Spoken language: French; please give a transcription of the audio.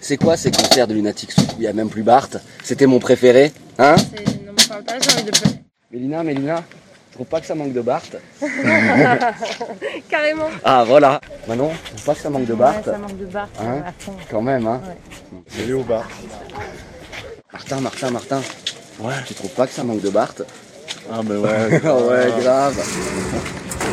C'est quoi ces concerts de Lunatic Soup Il y a même plus Bart. C'était mon préféré. Hein C'est- Non, me parle pas, j'ai envie de pleurer. Mélina, Mélina, je trouve pas que ça manque de Bart. Carrément. Ah voilà. Manon, je trouve pas que ça manque de Bart. Ouais, ça manque de Bart. Hein à fond. Quand même, hein. Allez au bar. Martin, Martin, Martin. Ouais. Tu trouves pas que ça manque de Bart Ah ben ouais. Ah ouais, grave.